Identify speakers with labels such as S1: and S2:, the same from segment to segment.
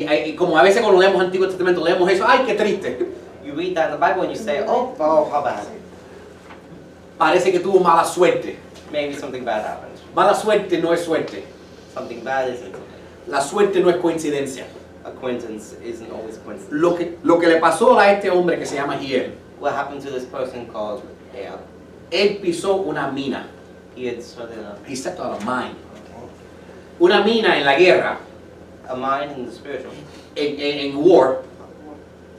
S1: Y como a veces cuando leemos Antiguo Testamento, leemos eso, ¡ay, qué triste!
S2: You read that in the Bible and you say, oh, oh, how bad.
S1: Parece que tuvo mala suerte.
S2: Maybe something bad happened.
S1: Mala suerte no es suerte.
S2: Something bad isn't.
S1: La suerte no es coincidencia.
S2: A coincidence isn't always coincidence.
S1: Lo que, lo que le pasó a este hombre que se llama Hiel,
S2: What happened to this person called Dale?
S1: él pisó una mina.
S2: He had started a,
S1: He stepped on a mine. Una mina en la guerra,
S2: a mine in the spiritual.
S1: en, en, en war,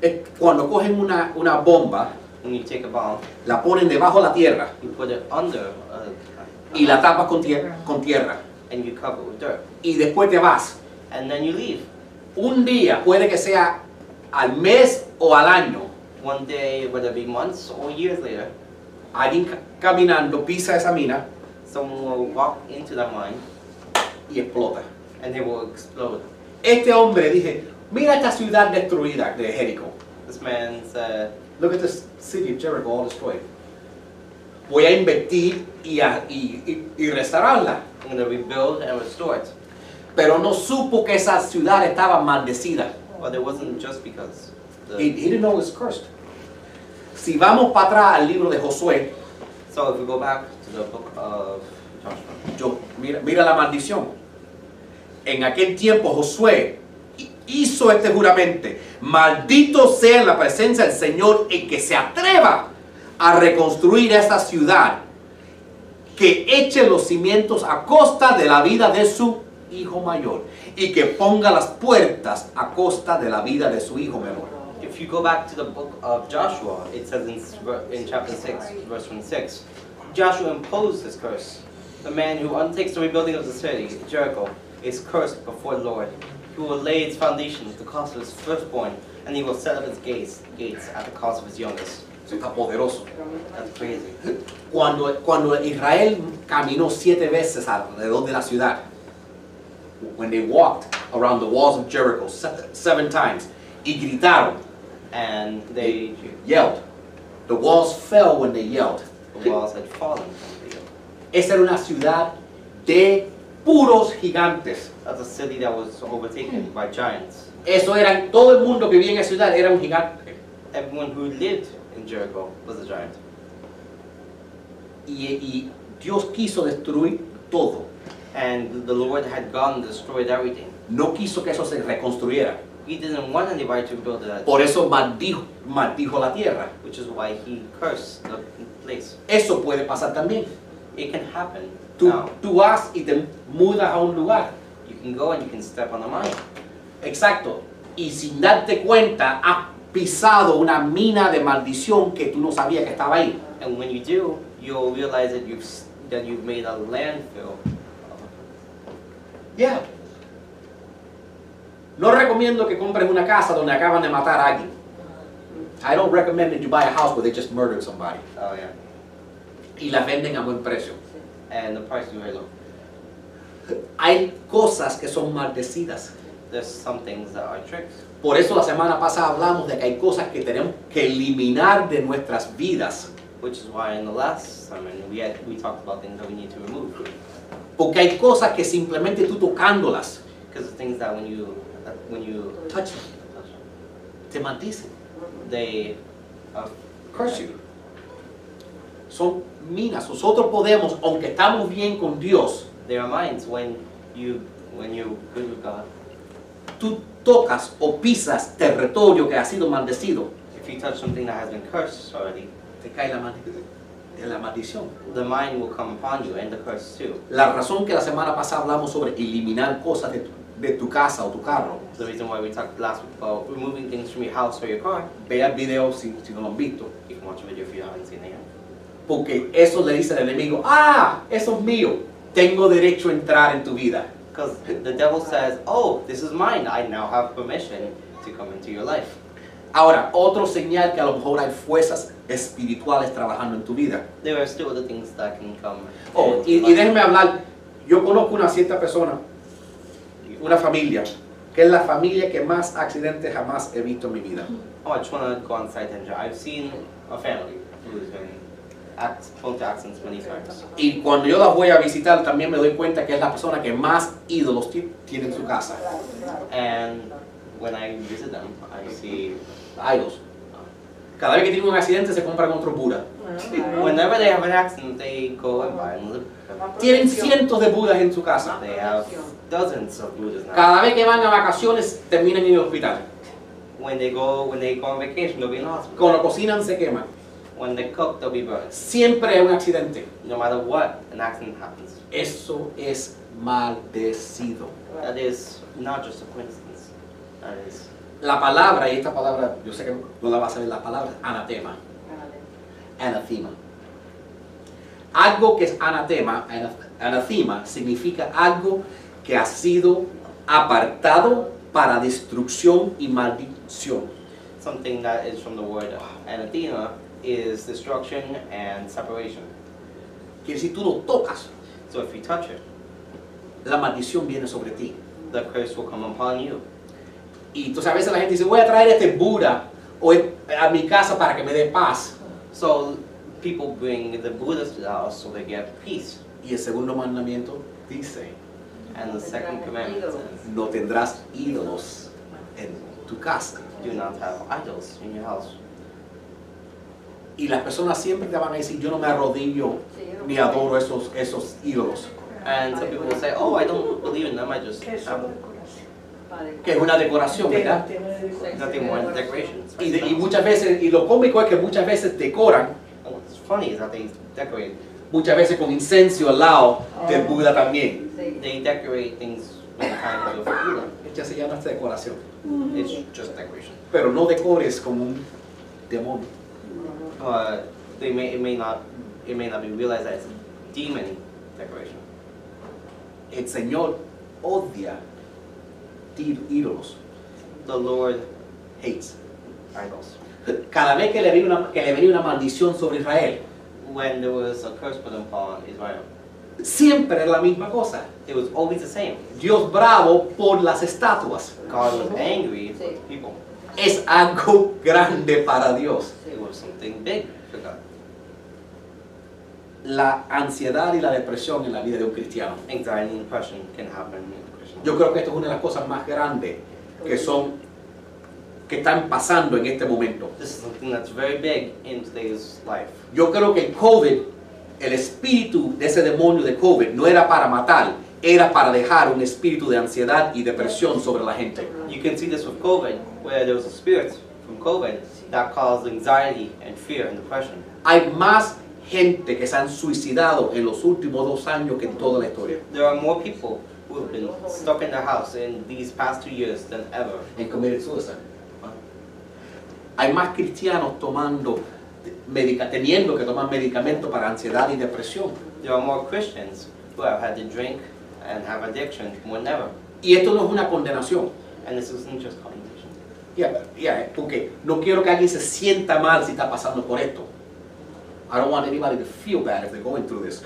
S1: es cuando cogen una, una bomba,
S2: When you take a bomb,
S1: la ponen debajo de la tierra
S2: you put it under a,
S1: y la tapas con tierra, con tierra
S2: and you cover it with dirt.
S1: y después te vas.
S2: And then you leave.
S1: Un día, puede que sea al mes o al año,
S2: One day, whether it be months or years later,
S1: alguien ca- caminando pisa esa mina
S2: someone will walk into that mine
S1: y explota.
S2: and they will explode.
S1: Este hombre dije, mira esta ciudad destruida de Jericó.
S2: This man said,
S1: Look at this city of Jericho all destroyed. Voy a invertir y, a- y- y- y restaurarla.
S2: I'm going to rebuild and restore it.
S1: Pero no supo que esa ciudad estaba maldecida.
S2: But it wasn't just because.
S1: He,
S2: The,
S1: he didn't know it was cursed. Si vamos para atrás al libro de Josué,
S2: so if we go back to the book of Joshua.
S1: yo- mira, mira la maldición. En aquel tiempo Josué hi- hizo este juramento. Maldito sea en la presencia del Señor el que se atreva a reconstruir esta ciudad, que eche los cimientos a costa de la vida de su hijo mayor y que ponga las puertas a costa de la vida de su hijo menor.
S2: If you go back to the book of Joshua, it says in, s- ver- in chapter 6, verse 26, Joshua imposed his curse. The man who undertakes the rebuilding of the city, Jericho, is cursed before the Lord. He will lay its foundations at the cost of his firstborn, and he will set up his gates, gates at the cost of his youngest.
S1: Eso está poderoso.
S2: That's crazy.
S1: Cuando, cuando Israel caminó siete veces alrededor de la ciudad, when they walked around the walls of Jericho se- seven times, y gritaron,
S2: And they,
S1: yelled. The walls fell when they yelled.
S2: the walls had fallen. from Jericho.
S1: Esa era una ciudad de puros gigantes.
S2: That's a city that was overtaken by giants.
S1: Eso eran, todo el mundo que vivía en esa ciudad era un gigante.
S2: Everyone who lived in Jericho was a giant.
S1: Y, y Dios quiso destruir todo.
S2: And the Lord had gone and destroyed everything.
S1: No quiso que eso se reconstruyera.
S2: He didn't want anybody to build that,
S1: Por eso maldijo, maldijo la tierra.
S2: which is why he cursed the place.
S1: Eso puede pasar también.
S2: It can happen
S1: Tú,
S2: now.
S1: tú vas y te mudas a un lugar.
S2: You can go and you can step on a mine.
S1: Exacto. Y sin darte cuenta, has pisado una mina de maldición que tú no sabías que estaba ahí.
S2: And when you do, you'll realize that you've, s- that you've made a landfill.
S1: Yeah. No recomiendo que compres una casa donde acaban de matar a alguien. I don't recommend that you buy a house where they just murdered somebody.
S2: Oh, yeah.
S1: Y la venden a buen precio.
S2: And the price is very low.
S1: Hay cosas que son maldecidas.
S2: There's some things that are tricks.
S1: Por eso la semana pasada hablamos de que hay cosas que tenemos que eliminar de nuestras vidas.
S2: Which is why in the last sermon we had, we talked about things that we need to remove.
S1: Porque hay cosas que simplemente tú tocándolas,
S2: Because the things that when you that when you
S1: touch, te maldicen.
S2: they uh,
S1: curse you. Son minas. Nosotros podemos, aunque estamos bien con Dios,
S2: they are minds when you when you're good with God.
S1: tú tocas o pisas territorio que ha sido maldecido,
S2: If you touch something that has been cursed already,
S1: te cae la, maldi- la maldición.
S2: the mind will come upon you and the curse too.
S1: La razón que la semana pasada hablamos sobre eliminar cosas de tu, de tu casa o tu carro.
S2: The reason why we talked last week about removing things from your house or your car,
S1: Ve al video si, si no lo han visto.
S2: you can watch a video if you haven't seen it yet.
S1: Porque eso le dice al enemigo, ah, eso es mío. Tengo derecho a entrar en tu vida.
S2: Because the devil says, "Oh, this is mine. I now have permission to come into your life."
S1: Ahora, otro señal que a lo mejor hay fuerzas espirituales trabajando en tu vida.
S2: There are still other things that can come.
S1: Oh,
S2: into
S1: y, y
S2: life.
S1: déjenme hablar. Yo conozco una cierta persona, una familia, que es la familia que más accidentes jamás he visto en mi vida.
S2: Oh, I just want to go on side tangent. I've seen a family who's been act, prone to accidents many times.
S1: Y cuando yo las voy a visitar, también me doy cuenta que es la persona que más ídolos ti- tiene en su casa.
S2: And when I visit them, I see idols.
S1: Cada vez que tienen un accidente se compran otro Buda.
S3: Oh.
S2: Whenever they have an accident, they go and buy and live.
S1: Tienen cientos de Budas en su casa.
S2: They have dozens of Buddhas now.
S1: Cada vez que van a vacaciones terminan en el hospital.
S2: When they go, when they go on vacation, they'll be in
S1: Cuando
S2: hospital.
S1: cocinan se queman.
S2: When they cook, they'll be burned.
S1: Siempre hay un accidente.
S2: No matter what, an accident happens.
S1: Eso es maldecido.
S2: That is not just a coincidence. That is
S1: La palabra, y esta palabra, yo sé que no la vas a ver, la palabra es anatema. Anatema. Algo que es anatema, ana- anatema, significa algo que ha sido apartado para destrucción y maldición.
S2: something that is from the word anathema is destruction and separation.
S1: Que si tú lo tocas,
S2: So if you touch it,
S1: la maldición viene sobre ti.
S2: the curse will come upon you.
S1: Y entonces a veces la gente dice, voy a traer este Buda o e- a mi casa para que me dé paz.
S2: So people bring the Buddhas to the house so they get peace.
S1: Y el segundo mandamiento dice,
S2: And the second commandment says,
S1: no tendrás ídolos en tu casa.
S2: do not have idols in your house.
S1: Y las personas siempre te van a decir, yo no me arrodillo ni adoro esos, esos ídolos.
S2: And some people will say, oh, I don't believe in them, I just
S4: Que
S2: have
S4: solo
S2: them.
S1: Que es una decoración, ¿verdad?
S2: nothing more than decorations.
S1: Y, de- y muchas veces, y lo cómico es que muchas veces decoran,
S2: And what's funny is that they decorate.
S1: muchas veces con incenso al lado del Buda también.
S2: They decorate things with kind of Buddha.
S1: Ella se llama esta decoración.
S2: It's just decoration.
S1: Pero no decores como un demonio.
S2: But they may it may not it may not be realized that it's demon decoration.
S1: El Señor odia ti- ídolos,
S2: The Lord
S1: hates.
S2: idols.
S1: Cada vez que le venía una, que le venía una maldición sobre Israel,
S2: When there was a curse put upon Israel,
S1: siempre es la misma cosa.
S2: it was always the same.
S1: Dios bravo por las estatuas.
S2: God was angry with people.
S1: Es algo grande para Dios.
S2: It was something big for God.
S1: La ansiedad y la depresión en la vida de un cristiano.
S2: Anxiety and depression can happen in Christian.
S1: Yo creo que esto es una de las cosas más grandes que son que están pasando en este momento.
S2: This is something that's very big in today's life.
S1: Yo creo que el COVID, el espíritu de ese demonio de COVID, no era para matar, era para dejar un espíritu de ansiedad y depresión sobre la gente.
S2: You can see this with COVID, where there was a spirit from COVID that caused anxiety and fear and depression.
S1: Hay más gente que se han suicidado en los últimos dos años que en toda la historia.
S2: There are more people who have been stuck in their house in these past two years than ever.
S1: En committed suicide. Hay más cristianos tomando, medica- teniendo que tomar medicamentos para ansiedad y depresión.
S2: There are more Christians who have had to drink and have addiction more than ever.
S1: Y esto no es una condenación.
S2: And this isn't just condemnation.
S1: Yeah, yeah, porque no quiero que alguien se sienta mal si está pasando por esto. I don't want anybody to feel bad if they're going through this.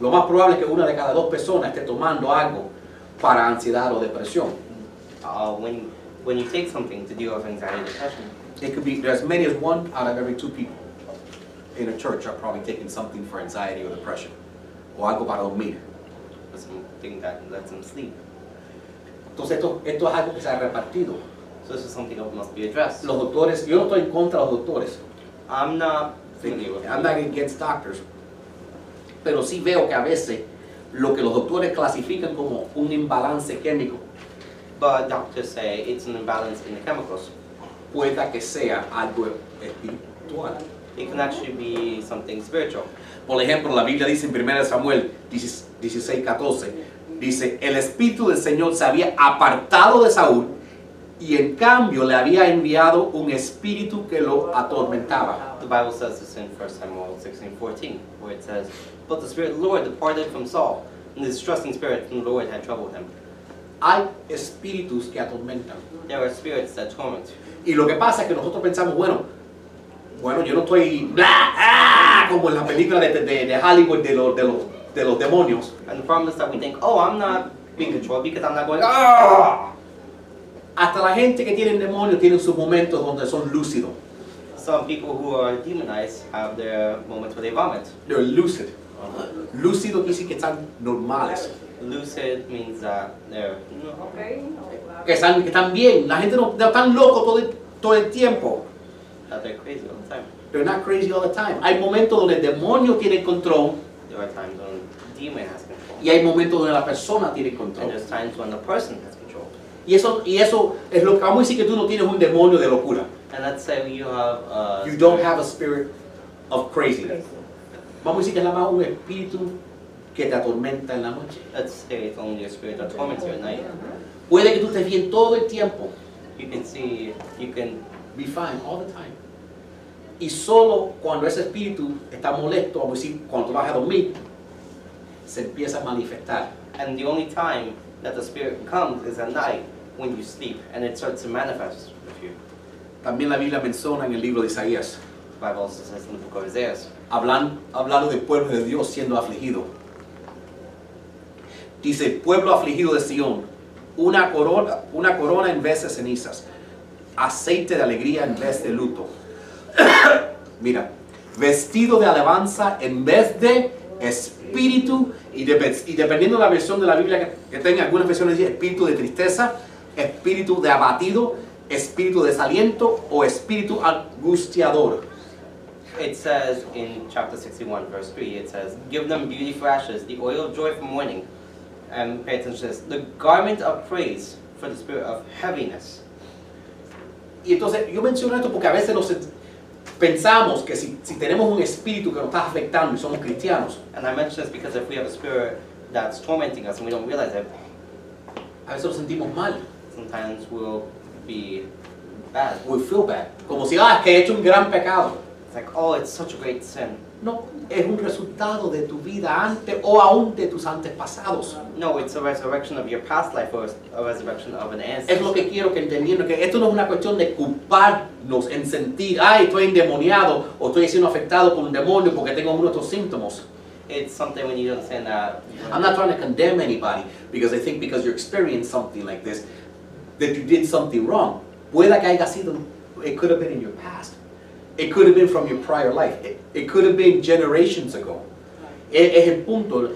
S1: Lo más probable es que una de cada dos personas esté tomando algo para ansiedad o depresión.
S2: Uh, when, when you take something to deal with anxiety and depression,
S1: It could be as many as one out of every two people in a church are probably taking something for anxiety or depression o algo para dormir.
S2: or something that lets them sleep.
S1: Entonces esto, esto es algo que se ha repartido.
S2: So this is something that must be addressed.
S1: Los doctores, yo no estoy en contra de los doctores.
S2: I'm not familiar with
S1: I'm not against doctors. Pero sí veo que a veces lo que los doctores clasifican como un imbalance químico
S2: But doctors say it's an imbalance in the chemicals.
S1: pueda que sea algo espiritual.
S2: It can actually be something spiritual.
S1: Por ejemplo, la Biblia dice en 1 Samuel 16, 14, dice, el Espíritu del Señor se había apartado de Saúl y en cambio le había enviado un espíritu que lo atormentaba.
S2: The Bible says this in 1 Samuel 16:14, where it says, But the Spirit of the Lord departed from Saul, and the distressing spirit from the Lord had troubled him.
S1: Hay espíritus que atormentan.
S2: There are spirits that torment.
S1: Y lo que pasa es que nosotros pensamos, bueno, bueno, yo no estoy bla, ah, como en las películas de, de- de Hollywood de los, de, los, de los demonios.
S2: And the problem is that we think, oh, I'm not being controlled because I'm not going, ah!
S1: Hasta la gente que tiene demonios tiene sus momentos donde son lúcidos.
S2: Some people who are demonized have their moments where they vomit.
S1: They're lucid. Lúcido quiere decir que están normales.
S2: Lucid means that they're
S4: Okay.
S1: que están, que están bien. La gente no, no están locos todo el, todo el tiempo.
S2: that they're crazy all the time.
S1: They're not crazy all the time. Hay momentos donde el demonio tiene el control
S2: There are times when the demon has control,
S1: y hay momentos donde la persona tiene el
S2: and
S1: control.
S2: there's times when the person has control.
S1: Y eso, y eso es lo que vamos a decir que tú no tienes un demonio de locura.
S2: And let's say you have uh, a
S1: You don't have a spirit of craziness. Vamos a decir que es la más un espíritu que te atormenta en la noche.
S2: let's say it's only a spirit that torments you at night.
S1: Puede que tú estés bien todo el tiempo.
S2: You can see you can
S1: Be fine all the time. Y solo cuando ese espíritu está molesto, vamos a decir, cuando tú vas a dormir, se empieza a manifestar.
S2: and the only time that the spirit comes is at night when you sleep and it starts to manifest with you.
S1: También la Biblia menciona en el libro de Isaías,
S2: The Bible also says in the book of Isaiah
S1: hablan- hablando del pueblo de Dios siendo afligido. Dice, pueblo afligido de Sión, una corona, una corona en vez de cenizas, aceite de alegría en vez de luto. Mira, vestido de alabanza en vez de espíritu, y, depe- y dependiendo de la versión de la Biblia que, que tenga, algunas versiones dicen espíritu de tristeza, espíritu de abatido, espíritu de desaliento o espíritu angustiador.
S2: It says in chapter 61, verse 3, it says, Give them beauty for ashes, the oil of joy for mourning. And pay attention to this the garment of praise for the spirit of heaviness.
S1: Y entonces yo menciono esto porque a veces nos pensamos que si, si tenemos un espíritu que nos está afectando y somos cristianos,
S2: And I mention this because if we have a spirit that's tormenting us and we don't realize it,
S1: a veces nos sentimos mal.
S2: sometimes we'll be bad.
S1: We feel bad. Como si, ah, es que he hecho un gran pecado.
S2: It's like, oh, it's such a great sin.
S1: No, es un resultado de tu vida antes o aún de tus antepasados.
S2: No, it's a resurrection of your past life or a resurrection of an
S1: Es lo
S2: ancestor.
S1: que quiero que entendiendo que esto no es una cuestión de culparnos en sentir, ay, estoy endemoniado o estoy siendo afectado por un demonio porque tengo uno de estos síntomas.
S2: It's something when you don't sin that.
S1: I'm not trying to condemn anybody because I think because you experienced something like this that you did something wrong. Pueda que haya sido, it could have been in your past. It could have been from your prior life. It, it could have been generations ago. E- Es, el punto.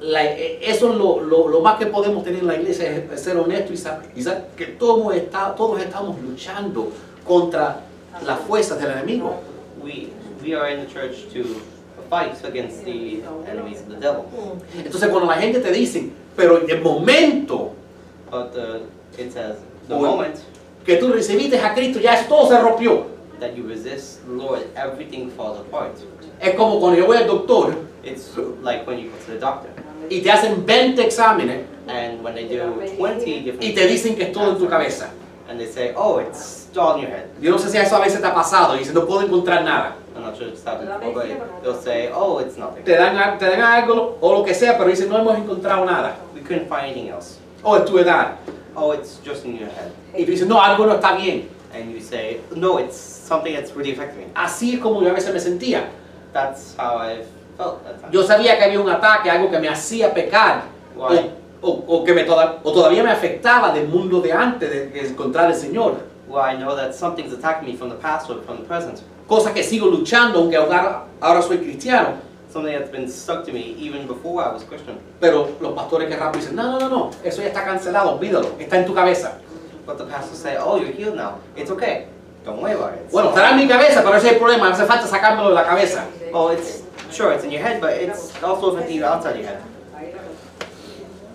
S1: La- e- eso es lo, lo- lo más que podemos tener en la iglesia, es, es ser honesto y saber, y saber que todos, está- todos estamos luchando contra las fuerzas del enemigo.
S2: We, we are in the church to fight against the enemies of the devil.
S1: Entonces cuando la gente te dice, pero en el momento
S2: But uh, it says the
S1: Well-
S2: moment
S1: que tú recibiste a Cristo, ya es- todo se rompió.
S2: that you resist the Lord, everything falls apart.
S1: Es como cuando yo voy al doctor
S2: It's like when you go to the doctor,
S1: y te hacen 20 exámenes
S2: and when they do 20 different
S1: y te dicen que es todo en tu cabeza.
S2: and they say, "Oh, it's all in your head."
S1: Yo no sé si eso a veces te ha pasado y dices, no puedo encontrar nada.
S2: I'm not sure if it's happened before, but they'll say, "Oh, it's nothing.
S1: Te dan, a- te dan algo o lo que sea, pero dicen, no hemos encontrado nada.
S2: We couldn't find anything else.
S1: O es tu edad.
S2: Oh, it's just in your head."
S1: Y tú dices, no, algo no está bien.
S2: And you say, "No, it's something that's really affecting me."
S1: Así es como yo a veces me sentía.
S2: That's how I felt that time.
S1: Yo sabía que había un ataque, algo que me hacía pecar. O,
S2: Why?
S1: o- o que me toda- o todavía me afectaba del mundo de antes de, de encontrar al Señor.
S2: Well, I know that something's attacked me from the past or from the present.
S1: Cosa que sigo luchando, aunque ahora- ahora soy cristiano.
S2: Something that's been stuck to me even before I was Christian.
S1: Pero los pastores que rápido dicen, no, no, no, no, eso ya está cancelado, olvídalo, está en tu cabeza.
S2: But the pastor say, "Oh, you're healed now. It's okay. Don't worry about it."
S1: Bueno, estará en mi cabeza, pero ese es el problema, hace falta sacármelo de la cabeza.
S2: oh, it's sure it's in your head, but it's also affecting you outside your head.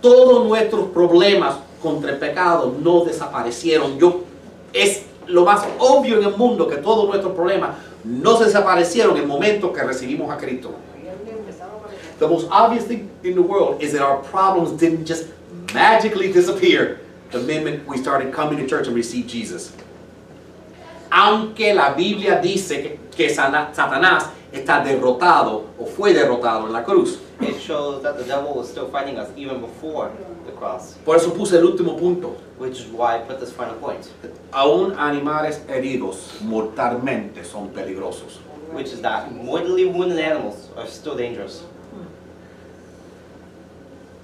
S1: Todos nuestros problemas contra el pecado no desaparecieron. Yo, es lo más obvio en el mundo que todos nuestros problemas no se desaparecieron en el momento que recibimos a Cristo. The most obvious thing in the world is that our problems didn't just magically disappear the moment we started coming to church and received Jesus. Aunque la Biblia dice que, que sana- Satanás está derrotado o fue derrotado en la cruz.
S2: It shows that the devil was still fighting us even before the cross,
S1: Por eso puse el último punto.
S2: which is why I put this final point,
S1: Aún animales heridos mortalmente son peligrosos.
S2: which is that mortally wounded animals are still dangerous.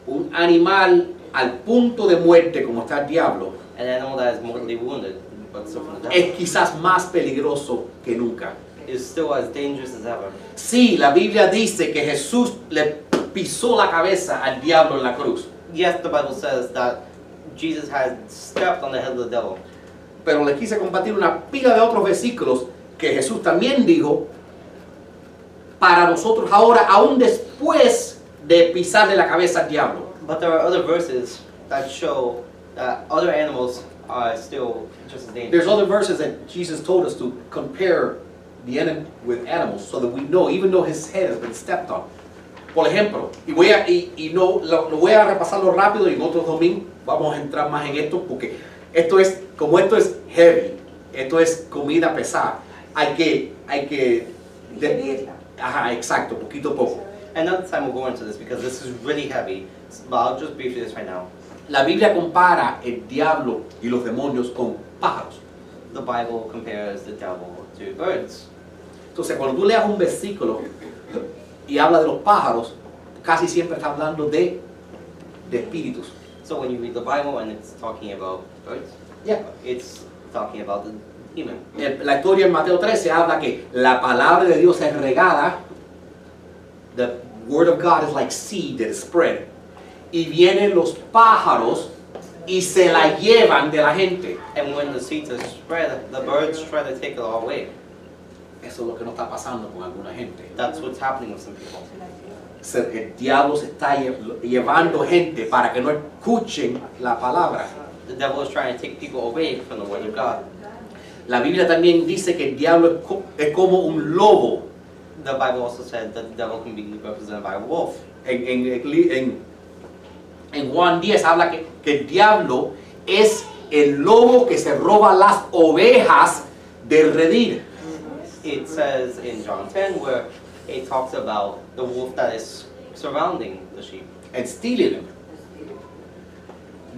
S1: Un animal al punto de muerte como está el diablo
S2: An animal that is mortally wounded, but still from the
S1: es
S2: devil,
S1: quizás más peligroso que nunca.
S2: is still as dangerous as ever.
S1: Sí, la Biblia dice que Jesús le pisó la cabeza al diablo en la cruz.
S2: Yes, the Bible says that Jesus had stepped on the head of the devil.
S1: Pero le quise compartir una pila de otros versículos que Jesús también dijo para nosotros ahora, aún después de pisarle la cabeza al diablo.
S2: But there are other verses that show that other animals are still just as dangerous.
S1: There's other verses that Jesus told us to compare the enemy with animals so that we know, even though his head has been stepped on. Por ejemplo, y voy a, y, y no, lo, lo voy a repasarlo rápido y en otro domingo vamos a entrar más en esto porque esto es, como esto es heavy, esto es comida pesada, hay que, hay que,
S4: Digerirla.
S1: ajá, exacto, poquito a poco.
S2: Another time we'll go into this because this is really heavy, but I'll just brief you this right now.
S1: La Biblia compara el diablo y los demonios con pájaros.
S2: The Bible compares the devil to birds.
S1: Entonces, cuando tú leas un versículo y habla de los pájaros, casi siempre está hablando de, de espíritus.
S2: So when you read the Bible and it's talking about birds,
S1: Ya.
S2: it's talking about the demon.
S1: El- La historia en Mateo 13 habla que la palabra de Dios es regada. The word of God is like seed that is spread. Y vienen los pájaros y se la llevan de la gente.
S2: And when the seeds are spread, the birds try to take it all away.
S1: Eso es lo que no está pasando con alguna gente.
S2: That's what's happening with some people.
S1: Se- El diablo se está lle- llevando gente para que no escuchen la palabra.
S2: The devil is trying to take people away from the word of God.
S1: La Biblia también dice que el diablo es co- es como un lobo.
S2: The Bible also said that the devil can be represented by a wolf.
S1: En, en- en- en Juan 10 habla que, que el diablo es el lobo que se roba las ovejas del redil.
S2: It says in John 10 where it talks about the wolf that is surrounding the sheep.
S1: And stealing them.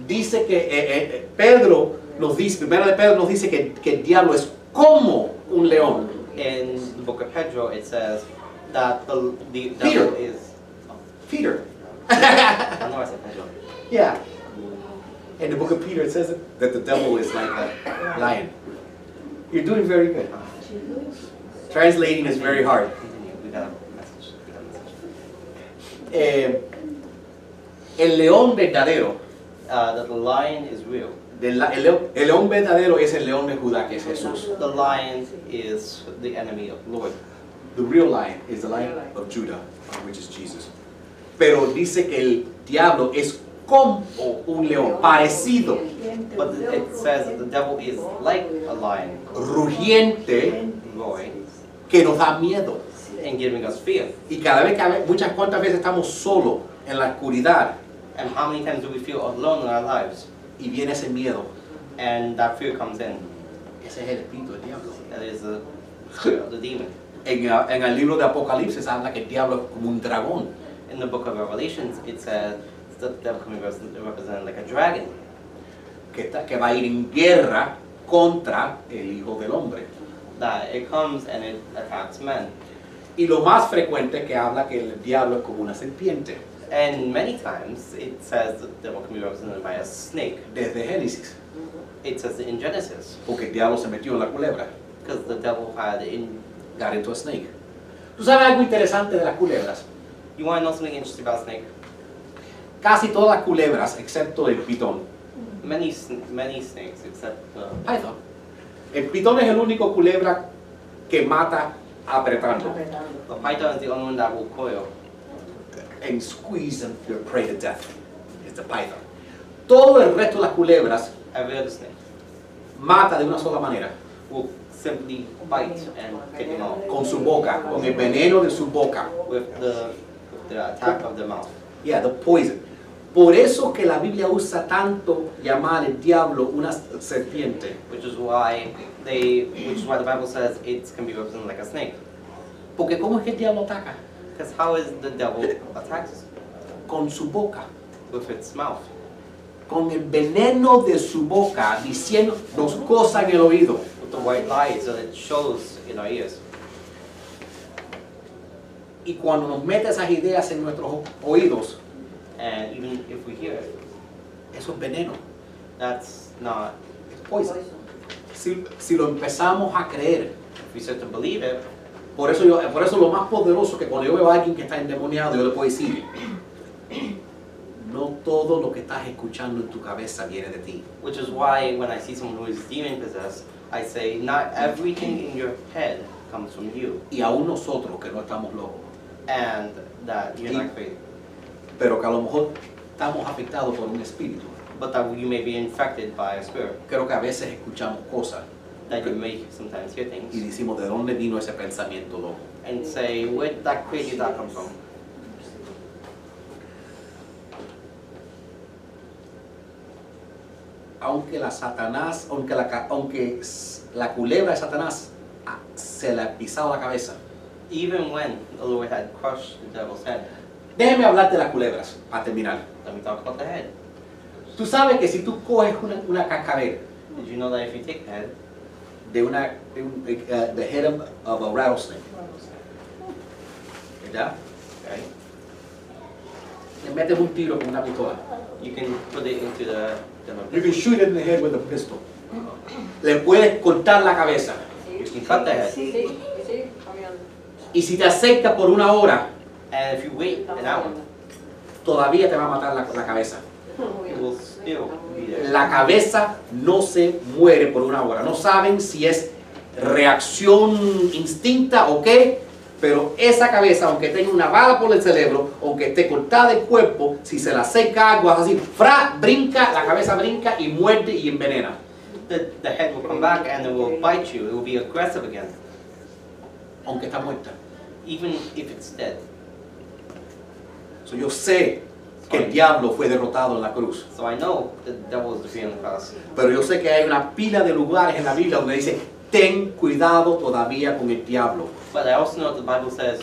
S1: Dice que eh, eh, eh, Pedro nos dice, primero de Pedro nos dice que, que el diablo es como un león.
S2: In the book of Pedro, it says that the, the
S1: Peter.
S2: devil is.
S1: Peter.
S2: I know I said Pedro.
S1: Yeah. In the book of Peter it says that the devil is like a lion. You're doing very good. Translating is very hard.
S2: Continue. We got a message. We got a message.
S1: Eh, el león verdadero,
S2: Uh, that the lion is real.
S1: del la- el, león, el león verdadero es el león de Judá, que es Jesús.
S2: The lion is the enemy of the Lord.
S1: The real lion is the lion of Judah, uh, which is Jesus. Pero dice que el diablo es como un león, parecido,
S2: But it says that the devil is like a lion,
S1: rugiente,
S2: roaring
S1: que nos da miedo.
S2: and giving us fear.
S1: Y cada vez que a ve- muchas cuantas veces estamos solos en la oscuridad
S2: And how many times do we feel alone in our lives?
S1: y viene ese miedo.
S2: And that fear comes in.
S1: Ese es el espíritu del diablo.
S2: That is the fear of the demon.
S1: En, uh, en el libro de Apocalipsis habla que el diablo es como un dragón.
S2: In the book of Revelations, it says that the devil can be repres- represented like a dragon
S1: que, está- que va a ir en guerra contra el Hijo del Hombre.
S2: that it comes and it attacks men.
S1: Y lo más frecuente es que habla que el diablo es como una serpiente,
S2: And many times it says that the devil can be represented by a snake.
S1: desde Génesis,
S2: It says it in Genesis
S1: porque el diablo se metió en la culebra,
S2: because the devil had in.
S1: got into a snake. ¿Tú sabes algo interesante de las culebras?
S2: You want to know something interesting about snake?
S1: Casi todas las culebras, excepto el pitón.
S2: Many sn- many snakes except the
S1: Python. El pitón es el único culebra que mata apretando.
S2: The python is the only one that will coil.
S1: And squeeze and your prey to death. It's the python. Todo el resto de las culebras
S2: Every other snake
S1: mata de una sola manera.
S2: will simply bite and take them out
S1: con su boca, con el veneno de su boca.
S2: with the, with the attack of the mouth.
S1: Yeah, the poison. Por eso que la Biblia usa tanto llamar al diablo una serpiente,
S2: Which is why they, which is why the Bible says it can be represented like a snake.
S1: porque cómo es que el diablo ataca
S2: Because how is the devil attacks
S1: con su boca,
S2: with its mouth?
S1: con el veneno de su boca, diciendo nos cosas en el oído.
S2: With the white lies that it shows in our ears.
S1: Y cuando nos mete esas ideas en nuestros o- oídos,
S2: And even if we hear it,
S1: eso es veneno,
S2: that's not,
S1: es poison. Si, si lo empezamos a creer,
S2: if we start to believe it,
S1: por eso, yo, por eso lo más poderoso que cuando yo veo a alguien que está endemoniado, yo le puedo decir, no todo lo que estás escuchando en tu cabeza viene de ti.
S2: Which is why when I see someone who is demon possessed, I say, not everything in your head comes from you,
S1: Y aún nosotros que no estamos locos,
S2: and that you're not crazy,
S1: pero que a lo mejor estamos afectados por un espíritu.
S2: but that you may be infected by a spirit,
S1: Creo que a veces escuchamos cosas
S2: that you may sometimes hear
S1: y
S2: things
S1: decimos de dónde vino ese pensamiento loco.
S2: and say, where did that crazy that come from?
S1: Aunque la Satanás, aunque la, ca- aunque s- la culebra de Satanás ah, se le ha pisado la cabeza.
S2: Even when the Lord had crushed the devil's head,
S1: Déjeme hablar de las culebras para terminar.
S2: let me talk about the head.
S1: Tú sabes que si tú coges una, una cascabel
S2: Did you know that if you take the head,
S1: de una de un, de, eh, the head of, of a rattlesnake, ¿verdad?
S2: right,
S1: Le metes un tiro con una pistola.
S2: you can put it into the,
S1: You
S2: the
S1: can shoot it in the head with a pistol. Le puedes cortar la cabeza.
S2: you can cut the head.
S4: Sí, sí, cambiando.
S1: Y si te acepta por una hora,
S2: And if you wait an hour,
S1: todavía te va a matar la, la cabeza.
S2: it will still be there.
S1: La cabeza no se muere por una hora. No saben si es reacción instinta o qué, pero esa cabeza, aunque tenga una bala por el cerebro, aunque esté cortada del cuerpo, si se la seca algo así, fra, brinca, la cabeza brinca y muerde y envenena.
S2: The, the head will come back and it will bite you. It will be aggressive again,
S1: Aunque está muerta.
S2: even if it's dead.
S1: So, yo sé que el
S2: Sorry.
S1: diablo fue derrotado en la cruz.
S2: So I know the devil is defeated on the cross.
S1: Pero yo sé que hay una pila de lugares en la Biblia donde dice, ten cuidado todavía con el diablo.
S2: But I also know the Bible says,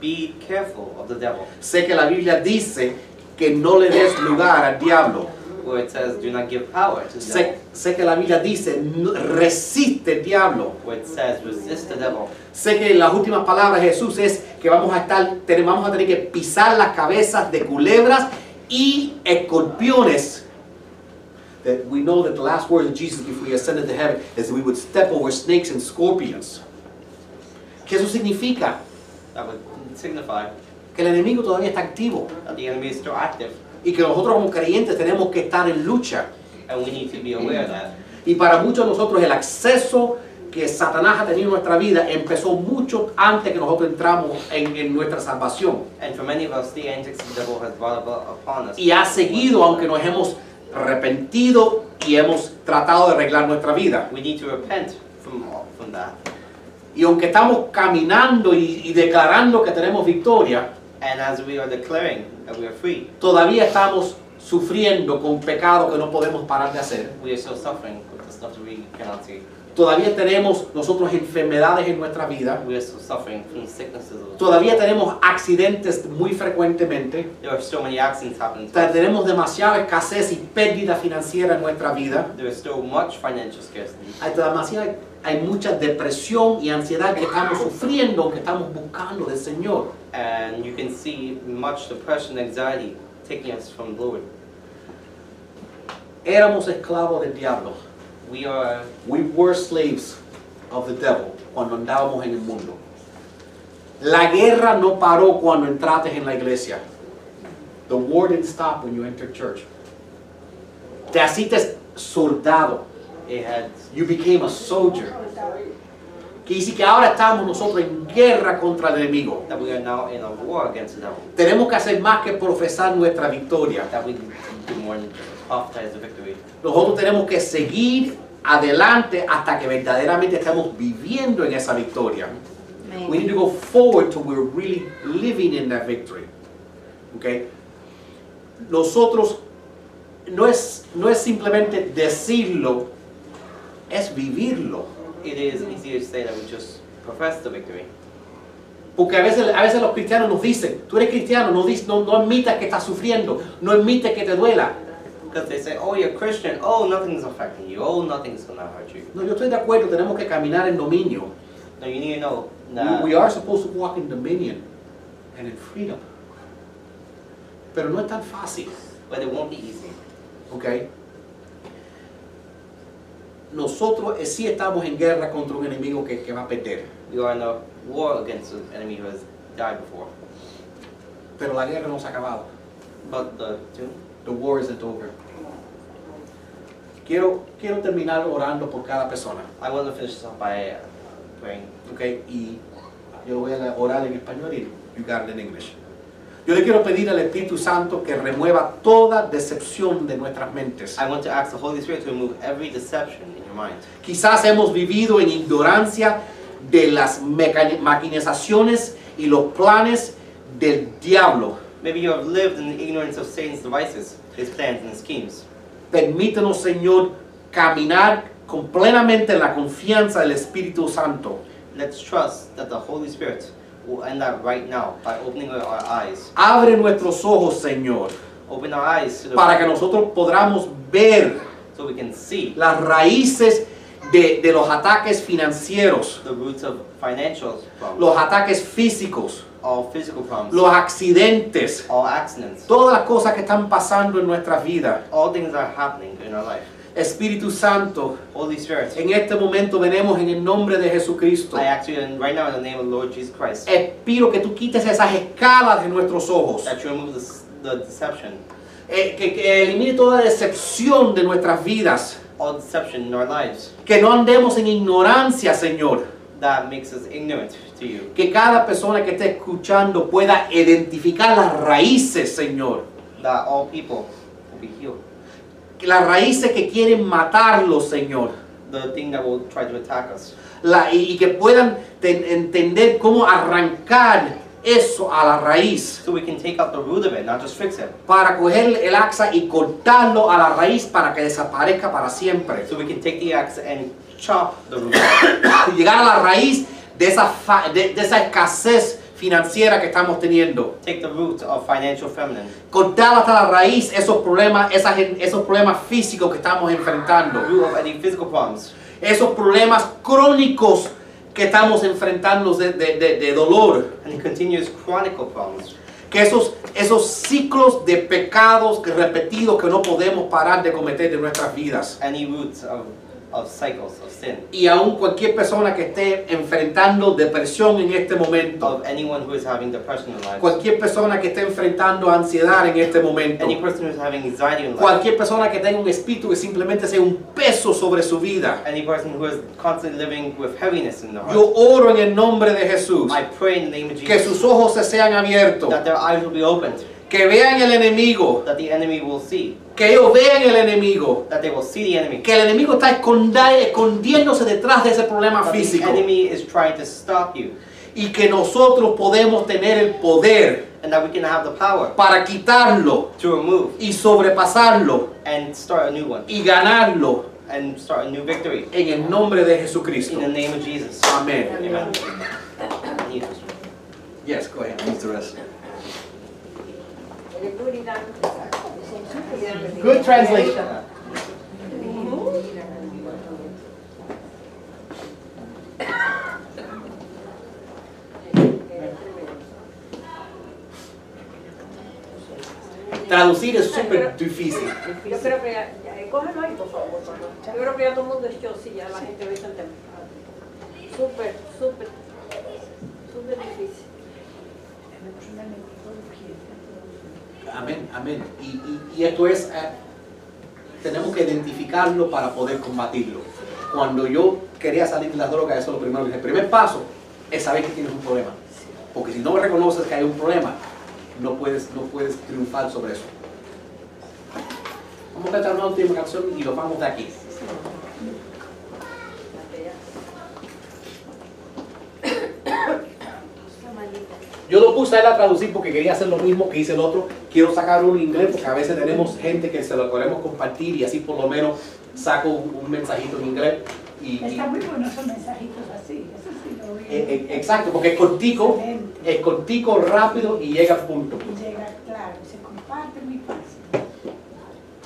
S2: be careful of the devil,
S1: Sé que la Biblia dice que no le des lugar al diablo.
S2: where it says, do not give power to the
S1: Sé,
S2: devil,
S1: sé que la Biblia dice, "No- resiste al diablo.
S2: where it says, resist the devil.
S1: Sé que las últimas palabras de Jesús es que vamos a, estar, ten- vamos a tener que pisar las cabezas de culebras y escorpiones. That we know that the last words of Jesus before he ascended to heaven is that we would step over snakes and scorpions. ¿Qué eso significa?
S2: That would signify
S1: que el enemigo todavía está activo
S2: that the enemy is still active,
S1: y que nosotros como creyentes tenemos que estar en lucha.
S2: and we need to be aware of that.
S1: Y para muchos de nosotros el acceso que Satanás ha tenido en nuestra vida empezó mucho antes que nosotros entramos en, en nuestra salvación.
S2: And for many of us, the antics of the devil has brought about upon us.
S1: Y ha seguido aunque nos hemos arrepentido y hemos tratado de arreglar nuestra vida.
S2: We need to repent from all, from that.
S1: Y aunque estamos caminando y, y declarando que tenemos victoria,
S2: And as we are declaring that we are free,
S1: todavía estamos sufriendo con pecado que no podemos parar de hacer.
S2: we are still suffering with the stuff that we cannot see.
S1: Todavía tenemos nosotros enfermedades en nuestra vida.
S2: We are still suffering from the sicknesses of the
S1: Todavía tenemos accidentes muy frecuentemente.
S2: There are so many accidents happening to us.
S1: Tenemos demasiada escasez y pérdida financiera en nuestra vida.
S2: There is so much financial scarcity.
S1: Hay, demasiada, hay mucha depresión y ansiedad que estamos sufriendo, que estamos buscando del Señor.
S2: And you can see much depression, anxiety taking us from the Lord.
S1: Éramos esclavos del diablo.
S2: We are,
S1: We were slaves of the devil cuando andábamos en el mundo. La guerra no paró cuando entraste en la iglesia. The war didn't stop when you entered church. Te hiciste soldado.
S2: it had,
S1: You became a soldier. Que dice que ahora estamos nosotros en guerra contra el enemigo.
S2: that we are now in a war against the devil.
S1: Tenemos que hacer más que profesar nuestra victoria.
S2: That we do more than just prophesize the victory.
S1: Nosotros tenemos que seguir adelante hasta que verdaderamente estamos viviendo en esa victoria. We need to go forward to we're really living in that victory. Okay? Nosotros no es, no es simplemente decirlo, es vivirlo.
S2: It is easier to say that we just profess the victory.
S1: Porque a veces, a veces los cristianos nos dicen, tú eres cristiano, no, dis- no, no admitas que estás sufriendo, no admites que te duela.
S2: Because they say, oh, you're Christian. Oh, nothing's affecting you. Oh, nothing's going to hurt you.
S1: No, yo estoy de acuerdo, tenemos que caminar en dominio.
S2: No, you need to know that
S1: We, we are supposed to walk in dominion and in freedom. Pero no es tan fácil,
S2: but it won't be easy.
S1: ¿ok? Nosotros eh, sí estamos en guerra contra un enemigo que, que va a perder,
S2: We are in a war against an enemy who has died before.
S1: pero la guerra no se ha acabado.
S2: But the tomb,
S4: the war isn't over. Quiero, quiero terminar orando por cada persona,
S2: I want to finish this off by uh, praying.
S4: ¿ok? Y yo voy a orar en español y
S1: You got it in English.
S4: yo le quiero pedir al Espíritu Santo que remueva toda decepción de nuestras mentes.
S2: I want to ask the Holy Spirit to remove every deception in your mind.
S1: Quizás hemos vivido en ignorancia de las meca- maquinizaciones y los planes del diablo.
S2: Maybe you have lived in the ignorance of Satan's devices, his plans and schemes.
S1: Permítanos, Señor, caminar con plenamente en la confianza del Espíritu Santo.
S2: Let's trust that the Holy Spirit will end that right now by opening our our eyes.
S1: Abre nuestros ojos, Señor,
S2: Open our eyes to the
S1: para que nosotros podamos ver
S2: so we can see
S1: las raíces de, de los ataques financieros,
S2: the roots of financial problems,
S1: los ataques físicos,
S2: all physical problems,
S1: los accidentes,
S2: all accidents,
S1: todas las cosas que están pasando en nuestras vidas.
S2: all things that are happening in our life.
S1: Espíritu Santo,
S2: Holy Spirit,
S1: en este momento venimos en el nombre de Jesucristo.
S2: I ask you in, right now in the name of the Lord Jesus Christ
S1: Espero que tú quites esas escalas de nuestros ojos,
S2: that you remove this, the deception,
S1: eh, que, que elimine toda decepción de nuestras vidas,
S2: all deception in our lives
S1: que no andemos en ignorancia, Señor.
S2: that makes us ignorant to you.
S1: Que cada persona que esté escuchando pueda identificar las raíces, Señor.
S2: That all people will be healed.
S1: que las raíces que quieren matarlos, Señor,
S2: The thing that will try to attack us.
S1: La- y, y que puedan ten- entender cómo arrancar eso a la raíz,
S2: So we can take out the root of it, not just fix it.
S1: para coger el axa y cortarlo a la raíz para que desaparezca para siempre.
S2: So we can take the axe and chop the root.
S1: Y llegar a la raíz de esa, fa- de- de esa escasez financiera que estamos teniendo.
S2: take the root of financial feminine.
S1: Cortar hasta la raíz esos problemas, esas en- esos problemas físicos que estamos enfrentando.
S2: The root of any physical problems.
S1: Esos problemas crónicos que estamos enfrentando de- de- de- de dolor.
S2: And continuous chronical problems.
S1: que esos, esos ciclos de pecados que- repetidos que no podemos parar de cometer de nuestras vidas.
S2: Any roots of, of cycles of sin.
S1: Y aún cualquier persona que esté enfrentando depresión en este momento,
S2: Of anyone who is having depression in life.
S1: cualquier persona que esté enfrentando ansiedad en este momento,
S2: Any person who's having anxiety in life.
S1: cualquier persona que tenga un espíritu que simplemente sea un peso sobre su vida.
S2: Any person who is constantly living with heaviness in their heart.
S1: Yo oro en el nombre de Jesús,
S2: I pray in the name of
S1: que
S2: Jesus
S1: sus ojos se sean abiertos,
S2: that their eyes will be opened,
S1: que vean el enemigo,
S2: that the enemy will see,
S1: que ellos vean el enemigo,
S2: that they will see the enemy.
S1: que el enemigo está esconda- escondiéndose detrás de ese problema
S2: That the
S1: físico.
S2: enemy is trying to stop you,
S1: y que nosotros podemos tener el poder
S2: and that we can have the power
S1: para quitarlo
S2: to remove
S1: y sobrepasarlo
S2: and start a new one,
S1: y ganarlo
S2: and start a new victory
S1: en el nombre de Jesucristo.
S2: in the name of Jesus.
S1: Amén.
S2: Amen. Jesus.
S1: Yes, go ahead. Use the rest.
S5: Good translation.
S1: Traducir es súper difícil.
S3: Yo creo que ya, ya, eh, cógelo ahí, por favor. Yo creo que ya todo el mundo es yo, sí, ya la gente ve el tema. Súper, súper, súper difícil.
S4: Amén, amén. Y, y- y esto es, eh, tenemos que identificarlo para poder combatirlo. Cuando yo quería salir de las drogas, eso es lo primero que dije. El primer paso es saber que tienes un problema. Porque si no reconoces que hay un problema, no puedes, no puedes triunfar sobre eso. Vamos a cantar una última canción y lo vamos de aquí. Yo lo puse a él a traducir porque quería hacer lo mismo que hice el otro. Quiero sacar un inglés porque a veces tenemos gente que se lo podemos compartir y así por lo menos saco un un mensajito en inglés. Y, y-
S6: Está muy bueno esos mensajitos así, eso sí lo vi.
S1: Eh,
S4: e- e- exacto, porque es cortico,
S6: Excelente.
S4: es cortico, rápido y llega al punto.
S6: Y llega claro, se comparte muy fácil.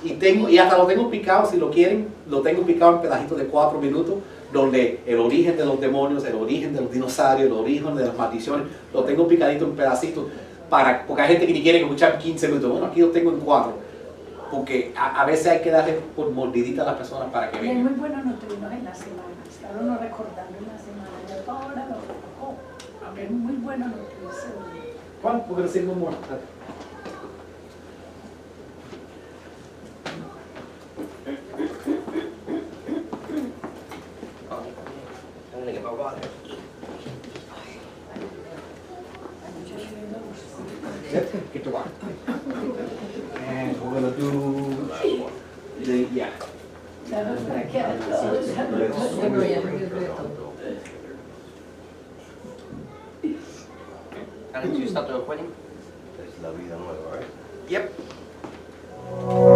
S4: Y, tengo, y hasta lo tengo picado, si lo quieren, lo tengo picado en pedacitos de cuatro minutos, donde el origen de los demonios, el origen de los dinosaurios, el origen de las maldiciones, lo tengo picadito en pedacitos, para, porque hay gente que ni quiere escuchar 15 minutos. Bueno, aquí lo tengo en cuatro, porque a, a veces hay que darle por mordidita a las personas para que
S6: Y es
S4: vean.
S6: muy bueno nutrinos en la semana, estar uno recordando en la semana, yo toda hora lo recuerdo. Es muy bueno nutrirse.
S4: ¿Cuál? Porque recibo muerta.
S6: I'm gonna get my water.
S1: Get to work. And we're gonna do the, yeah.
S6: Alex, you stop the recording?
S2: Yep.
S1: Vamos